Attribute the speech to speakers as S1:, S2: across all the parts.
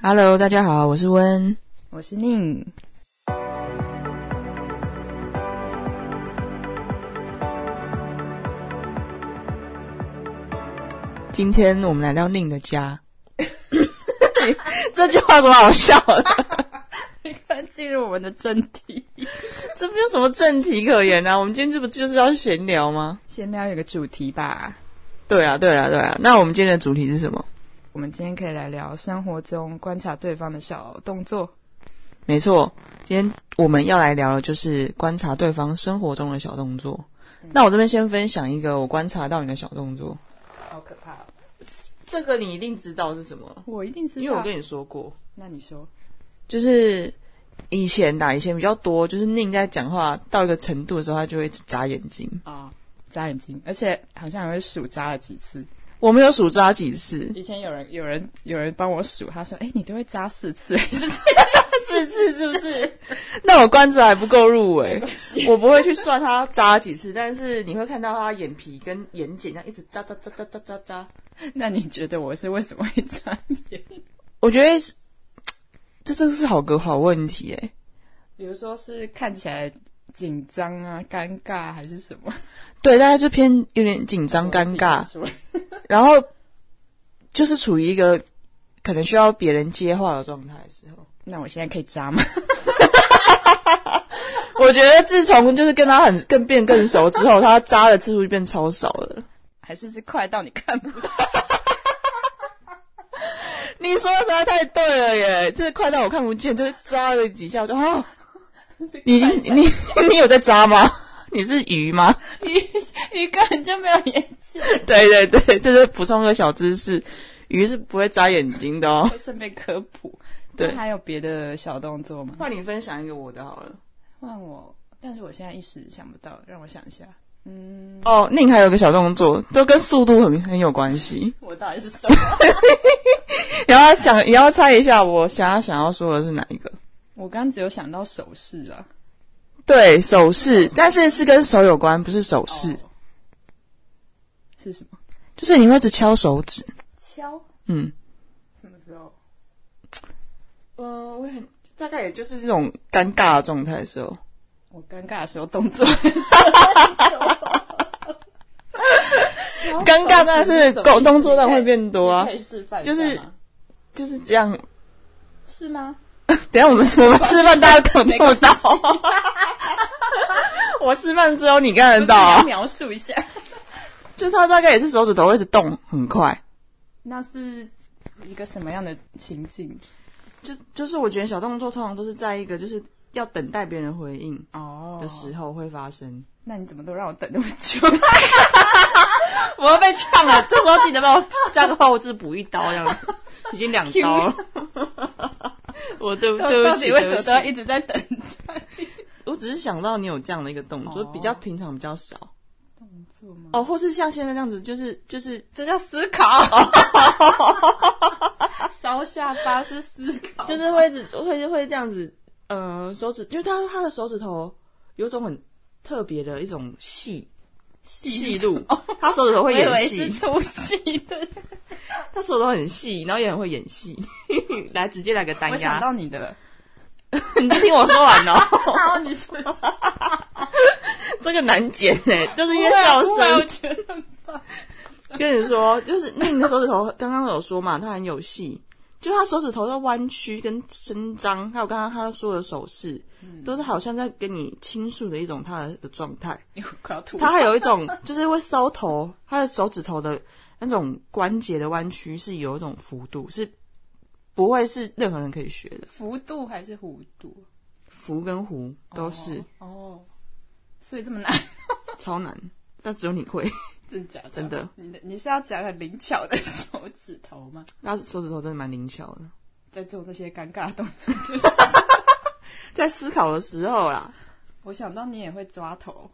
S1: Hello，大家好，我是温。
S2: 我是宁。
S1: 今天我们来到宁的 家，这句话有什么好笑的？
S2: 你快 进入我们的正题，
S1: 这没有什么正题可言啊！我们今天这不就是要闲聊吗？
S2: 先聊有个主题吧。
S1: 对啊，对啊，对啊。那我们今天的主题是什么？
S2: 我们今天可以来聊生活中观察对方的小动作。
S1: 没错，今天我们要来聊的就是观察对方生活中的小动作。
S2: 嗯
S1: 那我这边先分享一个我观察到你的小动作，
S2: 好可怕、哦！
S1: 这个你一定知道是什么，
S2: 我一定知道。
S1: 因为我跟你说过，
S2: 那你说，
S1: 就是以前呐、以前比较多，就是宁在讲话到一个程度的时候，他就会一直眨眼睛。
S2: 啊、眨眼睛，而且好像还会数眨了几次。
S1: 我没有数眨几次，
S2: 以前有人有人有人帮我数，他说：“哎、你都会扎四次。
S1: 四次是不是？ 那我观察还 不够入围，我不会去算他扎几次，但是你会看到他眼皮跟眼睑这样一直扎扎扎扎扎扎扎。”
S2: 那你觉得我是为什么会眨 眼？
S1: 我觉得是这真是好个好问题哎、
S2: 比如说是看起来紧张啊、尴尬还是什么？
S1: 对，大家就偏有点紧张、尴尬，
S2: 我自己看出来
S1: 然后就是处于一个可能需要别人接话的状态的时候。
S2: 那我现在可以扎吗？
S1: 我觉得自从就是跟他很更变更熟之后，他扎的次数就变超少了。
S2: 还是是快到你看不到？
S1: 你说的实在太对了耶！这快到我看不见，就是扎了几下，我就啊，你已经你 你有在扎吗？ 你是鱼吗？
S2: 鱼鱼根本就没有眼睛，
S1: 对对对，这是补充个小知识，鱼是不会扎眼睛的哦。
S2: 会 顺便科普。
S1: 对
S2: 那还有别的小动作吗？
S1: 那你分享一个我的好了。
S2: 换我，但是我现在一时想不到，让我想一下，嗯
S1: 哦，宁还有个小动作，都跟速度很很有关 系。
S2: 我到底是什么？
S1: 然后想也要猜一下，我想要想要说的是哪一个？
S2: 我刚刚只有想到手势啊了，
S1: 对，手势，但是是跟手有关，不是手势，
S2: 哦是什么？
S1: 就是你会一直敲手指。
S2: 敲？
S1: 嗯，
S2: 什么时候？
S1: 呃，我很大概也就是这种尴尬的状态的时候。
S2: 我尴尬的时候动作。
S1: 尴尬但哦是动动作量会变多啊
S2: 你可以示范一
S1: 就是
S2: 下吗
S1: 就是这样。
S2: 是吗？
S1: 等一下我们我们示范，大家可能听不 到
S2: 没关。
S1: 我示范之后你看得到
S2: 我
S1: 啊
S2: 只是要，描述一下，
S1: 就是他大概也是手指头会一直动很快。
S2: 那是一个什么样的情境？
S1: 就就是我觉得小动作通常都是在一个就是要等待别人回应
S2: 哦
S1: 的时候会发生。
S2: 那你怎么都让我等那么久？
S1: 我要被呛了，这时候记得帮我加个后置补一刀，这 样子已经两刀了。 我对不对
S2: 到
S1: 不
S2: 底
S1: 起，
S2: 为
S1: 对
S2: 什
S1: 不
S2: 么都要
S1: 起，
S2: 一直在等？
S1: 我只是想到你有这样的一个动作，
S2: 哦
S1: 比较平常比较少
S2: 动作吗？
S1: 哦，或是像现在这样子，就是就是
S2: 这叫思 考，搔下巴是思考，
S1: 就是会一直会会这样子，呃，手指就是他他的手指头有种很特别的一种细 细路，他手指头
S2: 我
S1: 会
S2: 以
S1: 演
S2: 为
S1: 戏，
S2: 是出戏的。
S1: 他手指头很细，然后也很会演戏。 来，直接来个
S2: 我
S1: 单
S2: 想
S1: 压，
S2: 到你的了，
S1: 你就听我说完哦。
S2: 啊，你说
S1: 这个难剪哎、就是因为笑
S2: 我
S1: 声。
S2: 觉得很棒。
S1: 跟你说，就是那你的手指头刚刚有说嘛，他很有戏，就他手指头在弯曲跟伸张，还有刚刚他说的手势，都是好像在跟你倾诉的一种他的的状态。
S2: 因为我快要吐了。
S1: 他还有一种就是会收头，他的手指头的那种关节的弯曲是有一种幅度，是不会是任何人可以学的。
S2: 幅度还是弧度？
S1: 幅跟弧都是、
S2: 哦，所以这么难，
S1: 超难，但只有你会。
S2: 真假的？
S1: 真的？
S2: 你的你是要讲很灵巧的手指头吗？
S1: 他手指头真的蛮灵巧的，
S2: 在做这些尴尬的动作的时候，
S1: 在思考的时候啦，
S2: 我想到你也会抓头，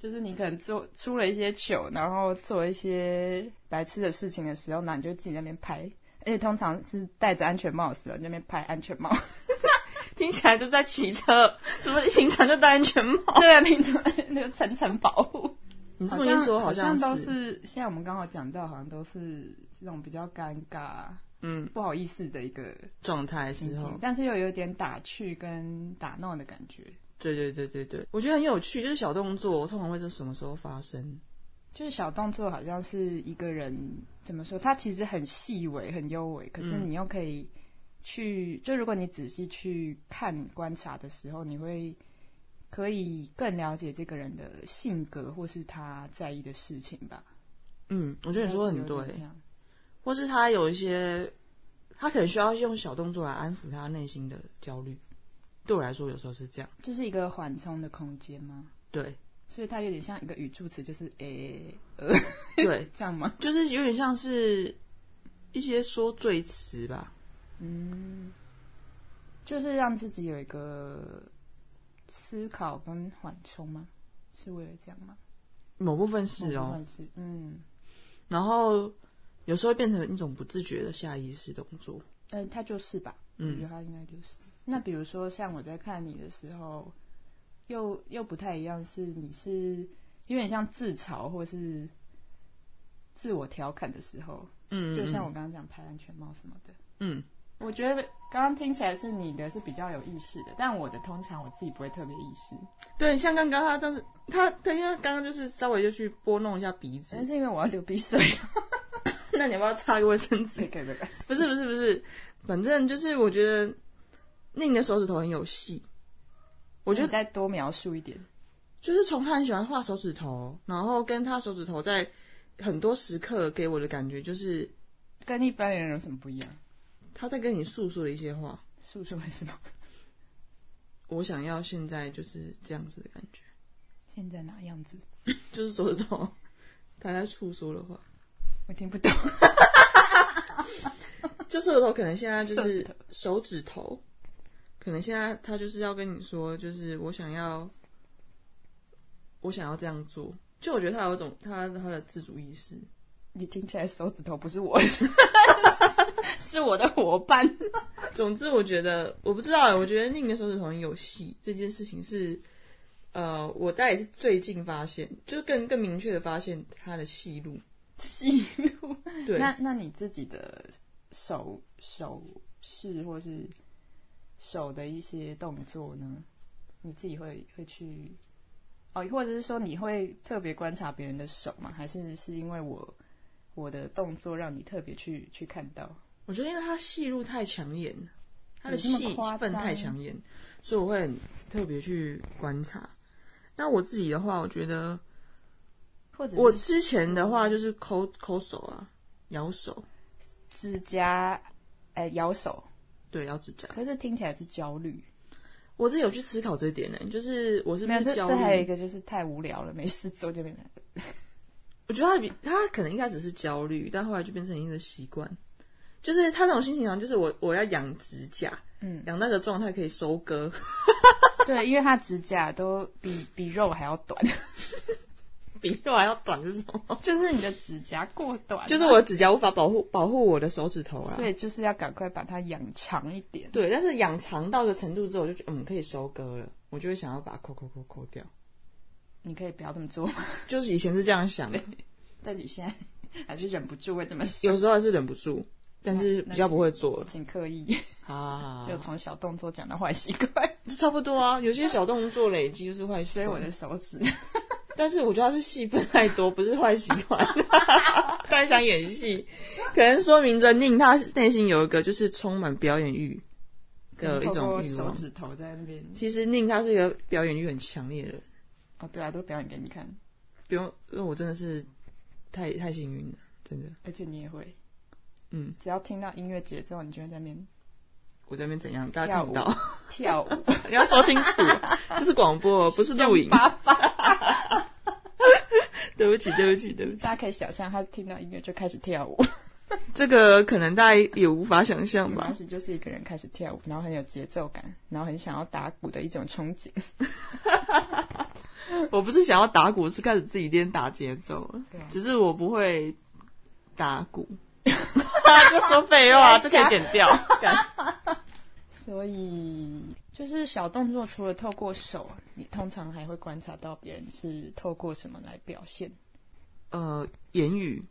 S2: 就是你可能做出了一些糗，然后做一些白痴的事情的时候，那你就自己在那边拍。而且通常是戴着安全帽的时候，你在那边拍安全 帽。
S1: 听起来就在骑车， 怎么平常就戴安全帽？
S2: 对，平常 那个层层保护。
S1: 你这
S2: 好
S1: 么
S2: 像
S1: 一说，好
S2: 像
S1: 是
S2: 都是现在我们刚好讲到，好像都是这种比较尴尬，
S1: 嗯
S2: 不好意思的一个
S1: 状态
S2: 情
S1: 时候
S2: 境，，但是又有点打趣跟打闹的感觉。
S1: 对对对对对，我觉得很有趣，就是小动作通常会在什么时候发生？
S2: 就是小动作，好像是一个人怎么说？它其实很细微、很优微，可
S1: 嗯
S2: 是你又可以去，就如果你仔细去看、观察的时候，你会可以更了解这个人的性格，或是他在意的事情吧。
S1: 嗯，我觉得你说的很
S2: 应该是有
S1: 对
S2: 点，这样
S1: 或是他有一些，他可能需要用小动作来安抚他内心的焦虑。对我来说，有时候是这样。
S2: 就是一个缓冲的空间吗？
S1: 对
S2: 所以它有点像一个语助词，就是诶、
S1: 对，
S2: 这样吗？
S1: 就是有点像是一些说罪词吧。
S2: 嗯，就是让自己有一个思考跟缓冲吗？是为了这样吗？
S1: 某部分是
S2: 某部
S1: 哦，
S2: 分是嗯，
S1: 然后有时候变成一种不自觉的下意识动作。
S2: 呃，他就是吧，我觉
S1: 嗯
S2: 得他应该就是。那比如说，像我在看你的时候，又又不太一样，是你是有点像自嘲或是自我调侃的时候，
S1: 嗯，
S2: 就像我刚刚讲拍安全帽什么的。
S1: 嗯
S2: 我觉得刚刚听起来是你的是比较有意识的，但我的通常我自己不会特别意识，
S1: 对，像刚刚他当时他他因为他刚刚就是稍微就去拨弄一下鼻子
S2: 但，是因为我要流鼻水了。
S1: 那你要不要擦个卫生纸
S2: 这？个的，
S1: 不是不是不是，反正就是我觉得宁的手指头很有戏。我
S2: 我
S1: 觉得
S2: 再多描述一点。
S1: 就是从他很喜欢画手指头，然后跟他手指头在很多时刻给我的感觉就是
S2: 跟一般人有什么不一样？
S1: 他在跟你诉说的一些话。
S2: 诉说为什么？
S1: 我想要现在就是这样子的感觉，
S2: 现在哪样子？
S1: 就是手指头他在诉说的话，
S2: 我听不懂。
S1: 就手指头可能现在就
S2: 手指
S1: 是
S2: 头
S1: 手指头，可能现在他就是要跟你说，就是我想要，我想要这样做。就我觉得他有一种他他的自主意识，
S2: 你听起来手指头不是我的， 是是我的伙伴。
S1: 总之，我觉得我不知道欸，我觉得宁的手指头很有戏这件事情是，呃，我大概也是最近发现，就是更更明确的发现他的戏路。
S2: 戏路。
S1: 对，
S2: 那那你自己的手手势或是手的一些动作呢？你自己会会去哦，或者是说你会特别观察别人的手吗？还是是因为我我的动作让你特别去去看到？
S1: 我觉得因为他戏路太抢眼了，他的
S2: 有这么
S1: 戏
S2: 夸
S1: 份
S2: 张
S1: 太抢眼，所以我会很特别去观察。那我自己的话，我觉得
S2: 或者
S1: 我
S2: 是
S1: 之前的话就是抠抠手啊，咬手，
S2: 指甲哎、咬手，
S1: 对，咬指甲。
S2: 可是听起来是焦虑。
S1: 我自己有去思考这一点呢、就是我是不
S2: 没有，
S1: 是
S2: 这
S1: 焦
S2: 这还有一
S1: 虑？
S2: 个就是太无聊了，没事做就没
S1: 我觉得他比他可能一开始是焦虑，但后来就变成一个习惯，就是他那种心情好像就是我我要养指甲，
S2: 嗯，
S1: 养那个状态可以收割，
S2: 对，因为他指甲都比比肉还要 短。
S1: 比肉还要短是什么？
S2: 就是你的指甲过短， 啊
S1: 就是我，的指甲无法保护保护我的手指头啊
S2: 所。以就是要赶快把它养长一点。
S1: 对，但是养长到一个程度之后，我就觉得嗯可以收割了，我就会想要把它抠抠抠抠掉。
S2: 你可以不要这么做，
S1: 就是以前是这样想的，
S2: 但你现在还是忍不住会这 么想，
S1: 有时候还是忍不住，但是比较不会做了。
S2: 请刻意，
S1: 好好好好
S2: 就从小动作讲到坏习惯。
S1: 就差不多啊，有些小动作累积就是坏
S2: 所
S1: 习
S2: 以我
S1: 惯。
S2: 的 手指，
S1: 但是我觉得他是戏份太多，不是坏习惯， 太想演戏，可能说明着宁他内心有一个就是充满表演欲的一
S2: 透
S1: 种
S2: 过
S1: 欲
S2: 手
S1: 望。
S2: 指头在那边，
S1: 其实宁他是一个表演欲很强烈的人，
S2: 哦，对啊，都表演给你看，
S1: 不用，因为我真的是太太幸运了，真的。
S2: 而且你也会，
S1: 嗯，
S2: 只要听到音乐节奏，你就会在那边
S1: 我这边怎样，大家听不
S2: 跳
S1: 到，
S2: 跳舞，
S1: 你要说清 楚，这是广播，不是 录影。
S2: 巴巴。
S1: 对不起，对不起，对不起，
S2: 大家可以想象，他听到音乐就开始跳舞，
S1: 这个可能大家也无法想象吧
S2: 当。时就是一个人开始跳舞，然后很有节奏感，然后很想要打鼓的一种憧憬。
S1: 我不是想要打鼓，是开始自己今天打节奏了
S2: 对啊，
S1: 只是我不会打 鼓。就说废 话，这可以剪掉。干
S2: 所以就是小动作，除了透过手，你通常还会观察到别人是透过什么来表现。
S1: 呃，言语、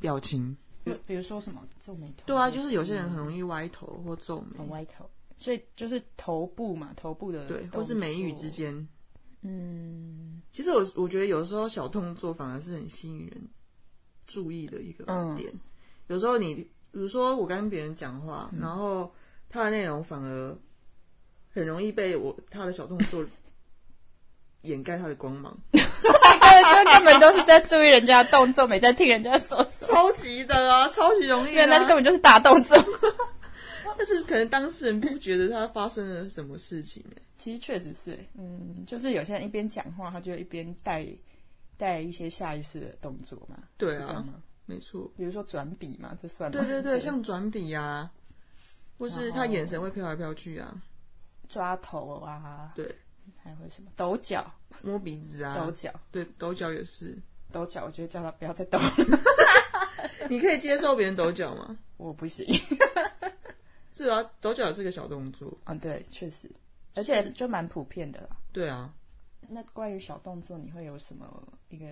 S1: 表情，
S2: 比如比如说什么皱眉头？
S1: 对啊，就是有些人很容易歪头或皱眉
S2: 很，歪头，所以就是头部嘛，头部的
S1: 对，
S2: 动
S1: 或是眉宇
S2: 作
S1: 之，间。
S2: 嗯
S1: 其实我我觉得有时候小动作反而是很吸引人注意的一个
S2: 嗯
S1: 点。有时候你比如说我跟别人讲话，然后他的内容反而很容易被我他的小动作 掩盖他的光芒，
S2: 对，这根本都是在注意人家的动作，没在听人家说什么。
S1: 超级的啊，超级容易、
S2: 对，那根
S1: 啊。
S2: 本就是大动作。
S1: 但是可能当事人不觉得他发生了什么事情、欸
S2: 其实确实是，嗯，就是有些人一边讲话，他就一边带带一些下意识的动作嘛，
S1: 对
S2: 是这样
S1: 啊，
S2: 吗？
S1: 没错。
S2: 比如说转笔嘛，这算吗
S1: 对对对，像转笔啊，或是他
S2: 然后
S1: 眼神会飘来飘去啊，
S2: 抓头啊，
S1: 对，
S2: 还会什么抖脚、
S1: 摸鼻子
S2: 抖
S1: 啊，
S2: 脚、
S1: 对，抖脚也是。
S2: 抖脚，我觉得叫他不要再抖了，
S1: 你可以接受别人抖脚吗？
S2: 我不行。
S1: 是啊，抖脚也是个小动作。
S2: 嗯，对，确实，而且就蛮普遍的啦。
S1: 对啊，
S2: 那关于小动作，你会有什么一个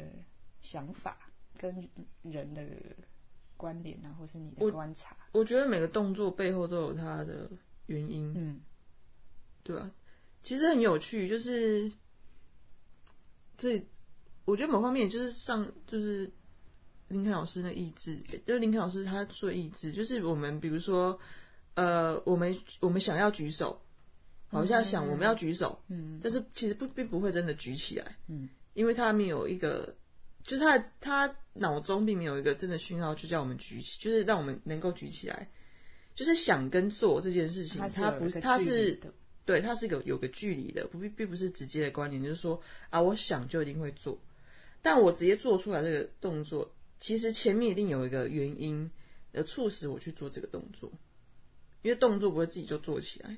S2: 想法跟人的关联啊，或是你
S1: 我
S2: 的观察？
S1: 我觉得每个动作背后都有它的原因。
S2: 嗯，
S1: 对啊，其实很有趣，就是这，我觉得某方面就是上就是林肯老师的意志，就是林肯老师他说的意志，就是我们比如说，呃，我们我们想要举手，好像想我们要举手，
S2: 嗯，
S1: 但是其实不并不会真的举起来，
S2: 嗯，
S1: 因为他没有一个。就是他，他脑中并没有一个真的讯号，就叫我们举起，就是让我们能够举起来。就是想跟做这件事情，
S2: 它
S1: 他
S2: 有
S1: 不
S2: 一
S1: 是，
S2: 个
S1: 他
S2: 距离
S1: 是
S2: 的
S1: 对，它是有有个距离的，不并并不是直接的关联，就是说啊，我想就一定会做，但我直接做出来这个动作，其实前面一定有一个原因，呃，促使我去做这个动作，因为动作不会自己就做起来，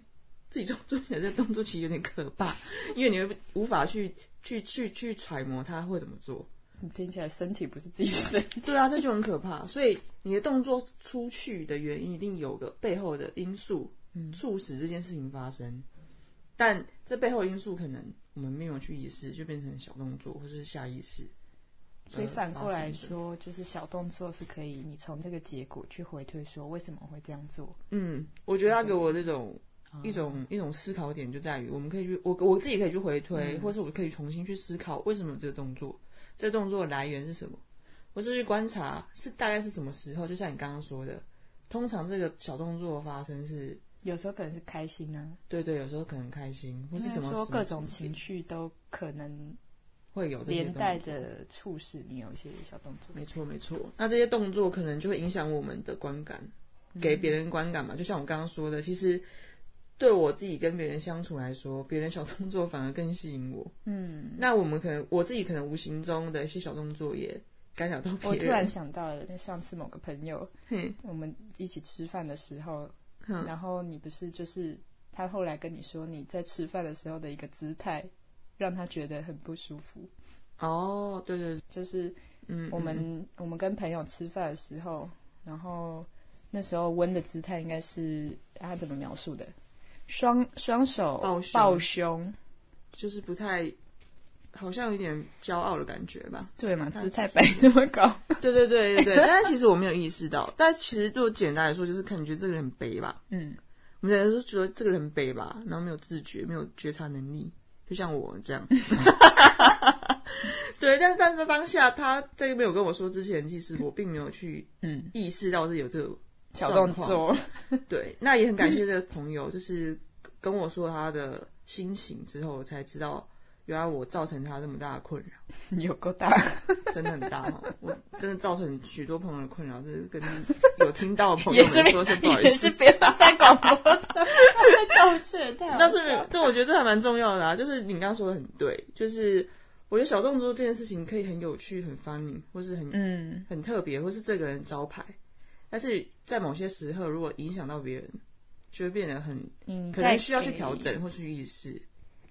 S1: 自己就做起来，这动作其实有点可怕，因为你会无法去去去去揣摩它会怎么做，
S2: 你听起来身体不是自己身，
S1: 对啊，这就很可怕。所以你的动作出去的原因，一定有个背后的因素，促使这件事情发生。但这背后因素可能我们没有去意识，就变成小动作或是下意识。
S2: 所以反过来
S1: 嗯发生的，
S2: 说，就是小动作是可以，你从这个结果去回推说为什么会这样做。
S1: 嗯，我觉得他给我这种。一种一种思考点就在于，我们可以去我我自己可以去回
S2: 嗯
S1: 推，或是我可以重新去思考为什么这个动作，这个动作的来源是什么，我是去观察是大概是什么时候，就像你刚刚说的，通常这个小动作的发生是
S2: 有时候可能是开心啊，
S1: 对对，有时候可能开心，或
S2: 应
S1: 是
S2: 该
S1: 什么
S2: 说
S1: 什么
S2: 各
S1: 什
S2: 种
S1: 么
S2: 情绪都可能
S1: 会有这些
S2: 连带
S1: 动作。
S2: 着促使你有一些小动作。
S1: 没错没错，那这些动作可能就会影响我们的观感，嗯给别人观感嘛。就像我刚刚说的，其实对我自己跟别人相处来说，别人小动作反而更吸引 我。
S2: 嗯，
S1: 那我们可能我自己可能无形中的一些小动作也干扰到别人。嗯
S2: 我 突然想到了，那上次某个朋友
S1: 嘿，
S2: 我们一起吃饭的时候，
S1: 嗯
S2: 然后你不是就是他后来跟你说你在吃饭的时候的一个姿态，让他觉得很不舒服。
S1: 哦，对对，对
S2: 就是
S1: 嗯，
S2: 我们、
S1: 嗯
S2: 我们跟朋友吃饭的时候，然后那时候温的姿态应该是啊他怎么描述的？双双手
S1: 抱胸
S2: 胸
S1: 就是不太，好像有点骄傲的感觉吧。
S2: 对嘛？
S1: 抱
S2: 姿态摆那么高，
S1: 对对对对对， 但是其实我没有意识到，但其实就简单来说，就是感觉这个人很悲吧。
S2: 嗯，
S1: 我们有时候觉得这个人很悲吧，然后没有自觉，没有觉察能力，就像我这样。 对，但但在当下，他在没有跟我说之前，其实我并没有去
S2: 嗯
S1: 意识到是有这个
S2: 小动
S1: 状
S2: 作，
S1: 对，那也很感谢这个朋友，就是跟我说他的心情之后，我才知道原来我造成他这么大的困扰。
S2: 你有够 大，
S1: 真的很大哦，我真的造成许多朋友的困扰，就是跟有听到的朋友
S2: 也是
S1: 们说声不好意
S2: 也是
S1: 思。
S2: 不要在广播 上道歉，太好
S1: 但
S2: 笑了
S1: 是，对，我觉得这还蛮重要的啊。就是你刚刚说的很对，就是我觉得小动作这件事情可以很有趣、很 funny，或是很
S2: 嗯。
S1: 很特别，或是这个人招牌。但是在某些时候，如果影响到别人，就会变得很
S2: 你
S1: 可能需要去调，整或去意识。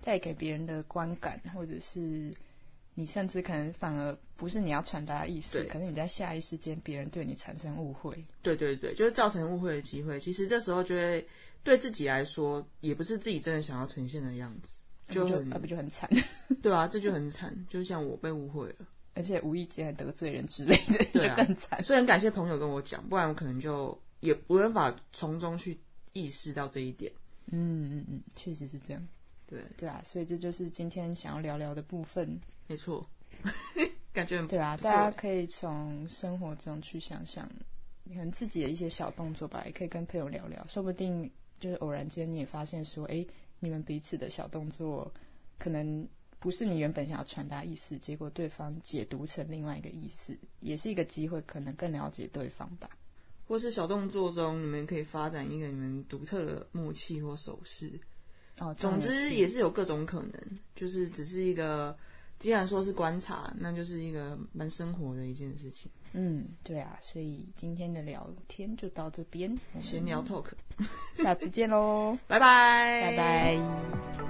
S2: 带给别人的观感，或者是你甚至可能反而不是你要传达的意思，
S1: 对
S2: 可是你在下意识间别人对你产生误会。
S1: 对对对，就是造成误会的机会。其实这时候就会对自己来说，也不是自己真的想要呈现的样子，
S2: 那不就
S1: 很
S2: 那不就很惨？
S1: 对啊，这就很惨。就像我被误会了，
S2: 而且无意间还得罪人之类的，
S1: 对啊
S2: 就更惨。
S1: 所以很感谢朋友跟我讲，不然我可能就也没办法从中去意识到这一点。
S2: 嗯嗯嗯，确实是这样。
S1: 对，
S2: 对啊，所以这就是今天想要聊聊的部分。
S1: 没错， 感觉很
S2: 对啊，
S1: 不
S2: 大
S1: 错
S2: 家可以从生活中去想想，可能自己的一些小动作吧，也可以跟朋友聊聊，说不定就是偶然间你也发现说，哎，你们彼此的小动作，可能不是你原本想要传达意思，结果对方解读成另外一个意思，也是一个机会，可能更了解对方吧。
S1: 或是小动作中，你们可以发展一个你们独特的默契或手势。
S2: 哦，
S1: 总之
S2: 也
S1: 也是有各种可能，就是只是一个，既然说是观察，那就是一个蛮生活的一件事情。
S2: 嗯，对啊，所以今天的聊天就到这边，我们
S1: 闲聊 talk，
S2: 下次见喽，
S1: 嗯 拜拜，
S2: 拜拜。